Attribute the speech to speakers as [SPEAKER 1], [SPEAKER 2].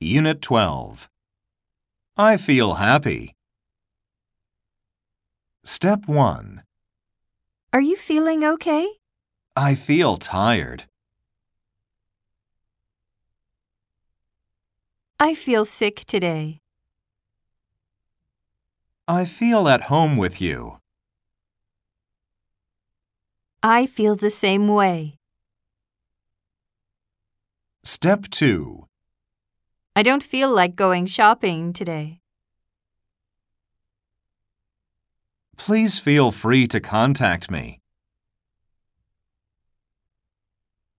[SPEAKER 1] Unit 12. I feel happy. Step 1.
[SPEAKER 2] Are you feeling okay?
[SPEAKER 1] I feel tired.
[SPEAKER 2] I feel sick today.
[SPEAKER 1] I feel at home with you.
[SPEAKER 2] I feel the same way.
[SPEAKER 1] Step 2.
[SPEAKER 2] I don't feel like going shopping today.
[SPEAKER 1] Please feel free to contact me.